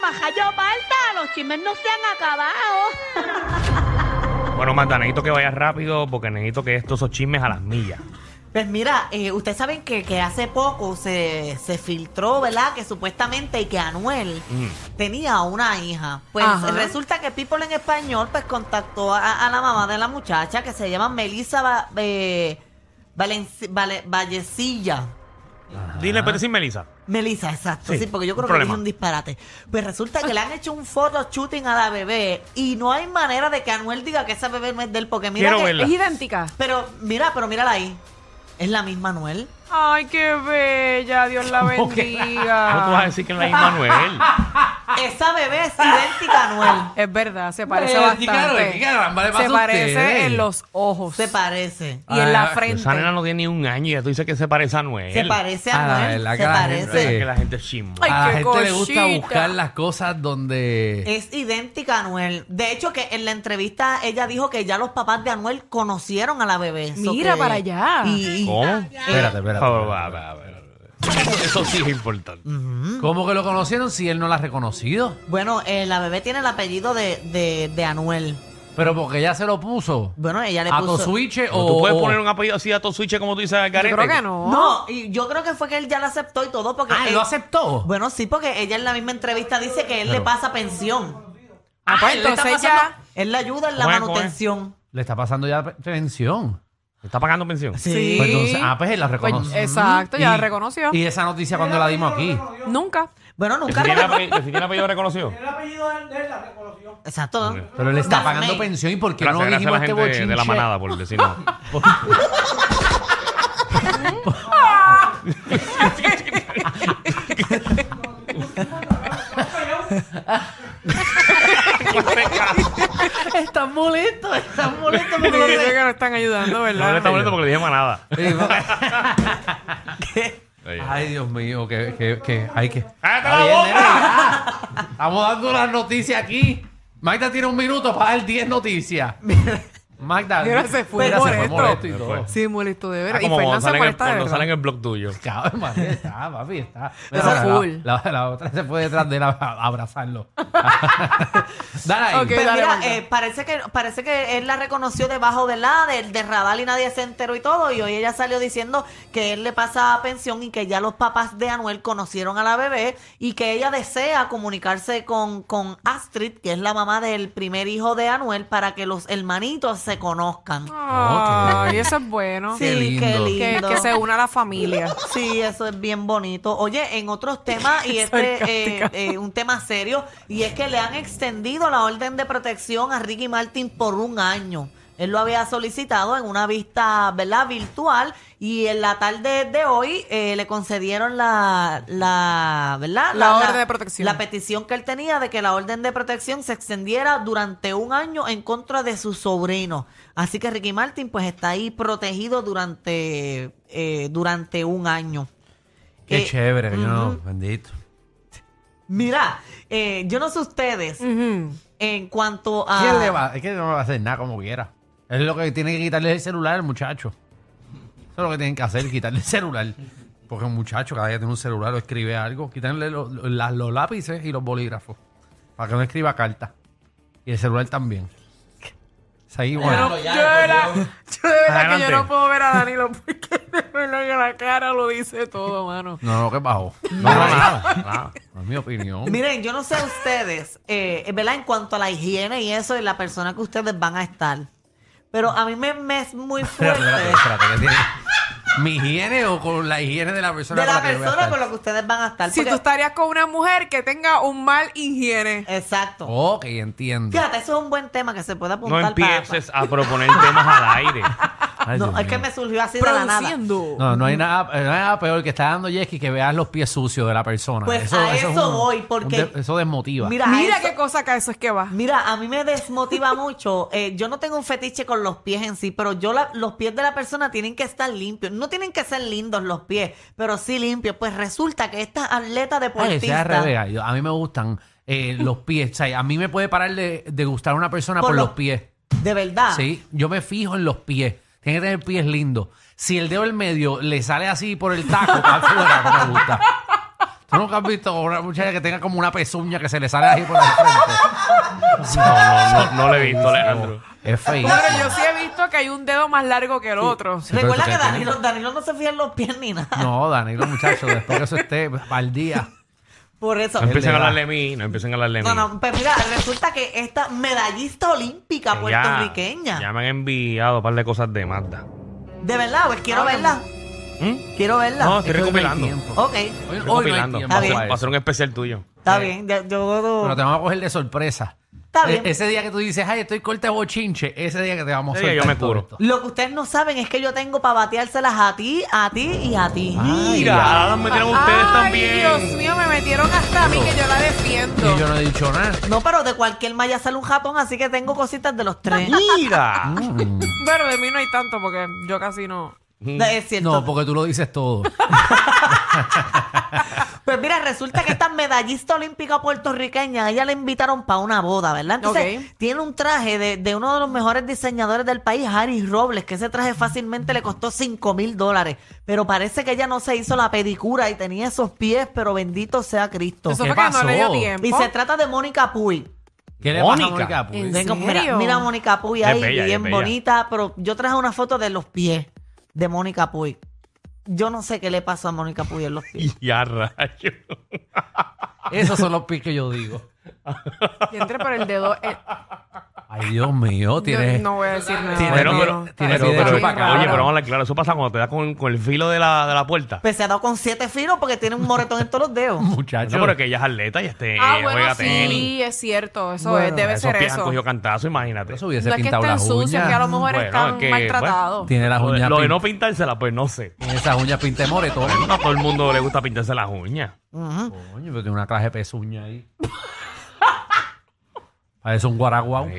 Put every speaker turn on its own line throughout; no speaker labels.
Majayo Malta, los chismes no se han acabado.
Bueno, Manda, necesito que vayas rápido porque necesito que estos son chismes a las millas.
Pues mira, eh, ustedes saben que, que hace poco se, se filtró, ¿verdad? Que supuestamente y que Anuel
Mm.
tenía una hija. Pues
Ajá.
resulta que People en Español pues contactó a, a la mamá de la muchacha que se llama Melissa Ba- eh, Valenci- Vale- Vallecilla.
Dile, pero sin Melissa.
Melissa, exacto,
Sí,
sí, porque yo
un
creo que
problema.
es un disparate. Pues resulta que le han hecho un photo shooting a la bebé y no hay manera de que Anuel diga que esa bebé no es de él, porque mira
Quiero
que-
verla.
Es idéntica.
Pero mira, pero mírala ahí. Es la misma Anuel.
Ay, qué bella, Dios la
¿Cómo que- ¿Cómo Ah, tú vas a decir que es la misma Manuel?
Esa bebé es idéntica a Anuel.
Es verdad, se parece
Eh,
bastante.
sí, claro, ¿qué caramba le pasa eh.
se
a
parece
ustedes?
en los ojos
Se parece.
y en la
Ah,
frente.
Esa nena no tiene ni un año y ya tú dices que se parece a Noel.
Se parece
Ah,
a
la
Anuel.
verdad
Se
que la
parece.
gente-
que la gente es chismo.
Ay,
a la
qué
gente le gusta
cosita. Eh,
buscar las cosas donde.
Es idéntica a Anuel. De hecho, que en la entrevista ella dijo que ya los papás de Anuel conocieron a la bebé. So
Mira
que-
para allá.
Y, y-
¿Cómo?
Espérate,
Ah,
espérate. espérate,
va, va, va, va. Eso sí es importante.
Mm.
¿Cómo que lo conocieron si él no la ha reconocido?
Bueno, eh, la bebé tiene el apellido de, de, de Anuel.
Pero porque ella se lo puso.
Bueno, ella le
¿A
puso...
Tosuiche
Pero
o.?
¿Tú puedes
o-
poner un apellido así a tu switch como tú dices al
Oh, Yo
garete?
creo que no.
No, y yo creo que fue que él ya la aceptó y todo porque...
Ah,
él-
eh,
¿lo aceptó?
Bueno, sí, porque ella en la misma entrevista dice que él le
Pero-
pasa pensión.
Ah, pues
él le está
entonces
pasando-
ya-
Él le ayuda en la
¿Cómo es, cómo es?
manutención.
Le está pasando ya pe- pensión.
¿Está pagando pensión?
Sí.
Pues entonces, ah, pues él la
Pues,
reconoce.
exacto, ya
Y-
la reconoció.
Y esa noticia cuando la dimos aquí.
Nunca.
Bueno,
¿Que
nunca
si tiene
recono-
ape- que si tiene apellido reconocido?
Exacto.
Pero le está
That's
pagando
me.
pensión y por qué
Gracias,
no
gracias a
dijimos
la
este
gente de-
bochinche.
de la manada por decirnos.
Están molestos, están molestos. porque
Dice
no
que
se-
no están ayudando,
No le
¿verdad?
está molestando porque le dije manada.
Sí, porque-
Ahí.
Ay, Dios mío, que, que, que hay que.
¡Cállate
Está
la
bien,
boca!
nene, ya. Estamos dando las noticias aquí. Magda tiene un minuto para dar 10 noticias. Magda.
Mira, se fue
Mira,
por
se
esto.
molesto y
Se
todo.
fue.
Sí, molesto de
Ah,
veras. Y
como
Fernán
cuando
se
salen, en,
molesta de
cuando
verdad.
salen en el blog tuyo.
Cabrón, María, está, papi, está.
Eso
la,
full.
la- la- la otra se fue detrás de él a, a abrazarlo. Dale ahí.
Ok.
Pero
Dale,
mira,
Magda.
eh, parece que parece que él la reconoció debajo ¿verdad? del de Raval y nadie se enteró y todo. Y hoy ella salió diciendo que él le pasa pensión y que ya los papás de Anuel conocieron a la bebé y que ella desea comunicarse con, con Astrid, que es la mamá del primer hijo de Anuel, para que los hermanitos se conozcan.
Ay,
Ok.
eso es bueno.
Qué lindo.
Que, que se una a la familia.
Sí, eso es bien bonito. Oye, en otros temas, y este
Sarcástica.
eh, eh, un tema serio, y es que le han extendido la orden de protección a Ricky Martin por un año. Él lo había solicitado en una vista, ¿verdad?, virtual, y en la tarde de hoy eh, le concedieron la, la ¿verdad?
La orden de protección.
La petición que él tenía de que la orden de protección se extendiera durante un año en contra de su sobrino. Así que Ricky Martin, pues, está ahí protegido durante, eh, durante un año.
Qué
Eh,
chévere, yo no,
ujú.
bendito.
Mira, eh, yo no sé ustedes,
Ujú.
en cuanto a...
¿Quién le va? Es que no va a hacer nada como quiera. Es lo que tiene que quitarle el celular al muchacho. Eso es lo que tienen que hacer, quitarle el celular. Porque un muchacho cada día tiene un celular o escribe algo. Quitarle lo- lo- las- los lápices y los bolígrafos. Para que no escriba carta. Y el celular también. Seguimos.
Yo, yo de verdad, yo de verdad que yo
Adelante.
no puedo ver a Danilo porque de verdad que la cara lo dice todo, mano.
No, no, que bajo.
No, no,
No, no, no,
nada. nada.
no es mi opinión.
Miren, yo no sé ustedes, eh, ¿verdad? En cuanto a la higiene y eso, y la persona que ustedes van a estar. Pero a mí me, me es muy
Espérate,
fuerte
espérate, espérate. ¿qué tiene? ¿Mi higiene o con la higiene de la persona
de la
que yo voy a
persona
estar?
con la que ustedes van a estar.
Si
porque-
tú estarías con una mujer que tenga un mal higiene.
Exacto.
Ok, entiendo.
Fíjate, eso es un buen tema que se puede
No
apuntar para-
empieces a proponer temas al aire.
Ay,
no,
Dios
es que
mío.
me surgió así de la nada.
Produciendo.
No, no hay nada, eh, no hay nada peor que estar dando jet ski que veas los pies sucios de la persona.
Pues a
es
eso voy, porque-
de- eso desmotiva.
Mira,
Mira
eso-
qué cosa que eso es que va.
Mira, a mí me desmotiva mucho. Eh, yo no tengo un fetiche con los pies en sí, pero yo la- los pies de la persona tienen que estar limpios. No tienen que ser lindos los pies, pero sí limpios. Pues resulta que estas atletas
Ay, sea
deportistas
al revés. ay, yo- A mí me gustan eh, los pies. O sea, a mí me puede parar de, de gustar una persona
Por
por,
los- Ah.
los pies.
de verdad.
Sí, yo me fijo en los pies. Tiene que tener pies lindos. Si el dedo del medio le sale así por el taco, para afuera, no me gusta. ¿Tú nunca has visto una muchacha que tenga como una pezuña que se le sale así por el frente?
No, no, no, no le he visto, Alejandro.
Es feísimo.
Claro, yo sí he visto que hay un dedo más largo que el otro.
Sí, pero
Recuerda
tú
que
te-
Danilo, Danilo no se fija en los pies ni nada.
No, Danilo, muchacho, después que eso esté al día.
Por eso.
No empiecen a
da.
hablar de mí, no empiecen a hablar de mí.
No, no, pero mira, resulta que esta medallista olímpica
Que ya-
puertorriqueña.
Ya me han enviado un par de cosas de Mazda.
De verdad, pues quiero
Ah,
verla.
¿Mm?
Quiero verla.
No, estoy
Es que hoy no hay
recopilando.
tiempo.
Ok,
Hoy,
Estoy
hoy no hay
recopilando. Para
Está
tiempo para
hacer-
bien.
para
eso.
hacer un especial tuyo.
está
Sí.
bien. Yo, yo-
Pero te vamos a coger de sorpresa.
Está
E-
bien.
ese día que tú dices, ay, estoy corta de bochinche, ese día que te vamos a
Ese día
soltar
yo me
todo
curo.
esto.
Lo que ustedes no saben es que yo tengo para bateárselas a ti, a ti y a ti.
Ay,
Mira, ahora me metieron ustedes
Ay, Dios
también.
mío, me metieron hasta a mí que yo la defiendo.
Y yo no he dicho nada.
No, pero de cualquier malla sale un Japón, así que tengo cositas de los tres.
Ah.
Mira.
Bueno, de mí no hay tanto porque yo casi no.
es cierto.
No, porque tú lo dices todo.
Pues mira, resulta que esta medallista olímpica puertorriqueña, a ella la invitaron para una boda, ¿verdad? Entonces,
Ok.
tiene un traje de, de uno de los mejores diseñadores del país, Harry Robles, que ese traje fácilmente le costó 5 mil dólares. Pero parece que ella no se hizo la pedicura y tenía esos pies, pero bendito sea Cristo.
Eso
¿qué
fue que no
pasó?
le dio tiempo.
Y se trata de Mónica Puy.
¿Qué le pasa a
Mónica.
Mónica? Pues, Puig?
¿En
Tengo- mira,
serio?
mira a Mónica Puy
Es
ahí,
bella,
bien
es bella.
bonita, pero yo traje una foto de los pies de Mónica Puy. Yo no sé qué le pasó a Mónica Puy en los pies.
Ya rayo.
Esos son los pies que yo digo.
Y entre por el dedo. eh,
Ay, Dios mío, tienes...
yo no voy a decir nada.
Tiene-
Bueno,
no,
pero,
no,
pero-
tiene
pero-
idea
pero-
chupacabra.
oye, pero vamos a hablar claro, eso pasa cuando te da con, con el filo de la, de la puerta.
Pues se ha dado con siete filos porque tiene un moretón en todos los dedos.
Muchacho.
No, pero que ella es atleta y este
ah,
eh,
bueno,
juega
sí,
tenis.
es cierto. Eso
Bueno,
es, debe
Esos
ser
pies han
eso.
cogido cantazo, imagínate.
Eso hubiese
No es que
pintado
estén
las
sucios, que a lo
uñas.
mejor
Bueno,
están
que,
maltratados.
Tiene las
Lo de,
uñas
lo de no
pintadas.
pintársela, pues no sé.
Tiene esas uñas pinta de moretón.
No a todo el mundo le gusta pintarse las uñas.
Ujú.
Coño, pero tiene una clase de pezuña ahí. Parece un guaraguao.
Sí,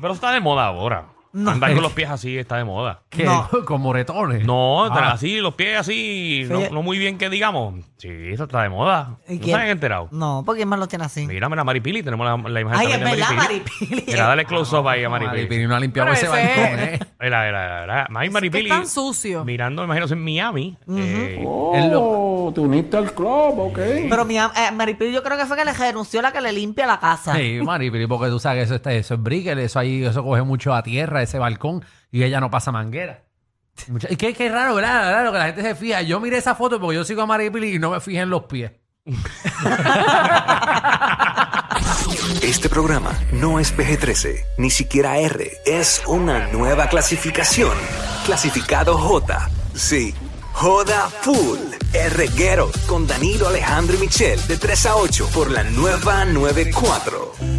pero eso está de moda ahora.
Oh. No.
Andar con los pies así está de moda.
¿Qué?
No.
Con moretones.
No,
Ah.
así, los pies así,
Sí.
no, no muy bien que digamos. Sí, eso está de moda.
¿Y
¿No se
quién?
han enterado?
No, porque más lo tiene así.
Mira, mira, Maripili, tenemos la, la imagen
Ay, es
también de
verdad,
Maripili.
Maripili.
Mira, dale close-up ahí a Maripili.
Maripiri no ha limpiado
Pero
ese
ese es-
balcón, ¿eh?
Era, era, era. Mike Maripili.
tan sucio.
Mirando, me imagino, en Miami. eh,
Es lo-
Oh, te uniste al club, ok.
Pero mi am- eh, Maripil yo creo que fue que le renunció la que le limpia la casa.
Sí, Maripiri, porque tú sabes que eso, está, eso es brickell, eso ahí, eso coge mucho a tierra, ese balcón, y ella no pasa manguera. Mucha- Y qué, qué raro, ¿verdad? Raro que la gente se fija. Yo miré esa foto porque yo sigo a Maripiri y no me fijé en los pies.
Este programa no es PG-13, ni siquiera R. Es una nueva clasificación. Clasificado J. Sí. Joda Full. R. Guerrero con Danilo Alejandro y Michel de 3 a 8 por la nueva 94.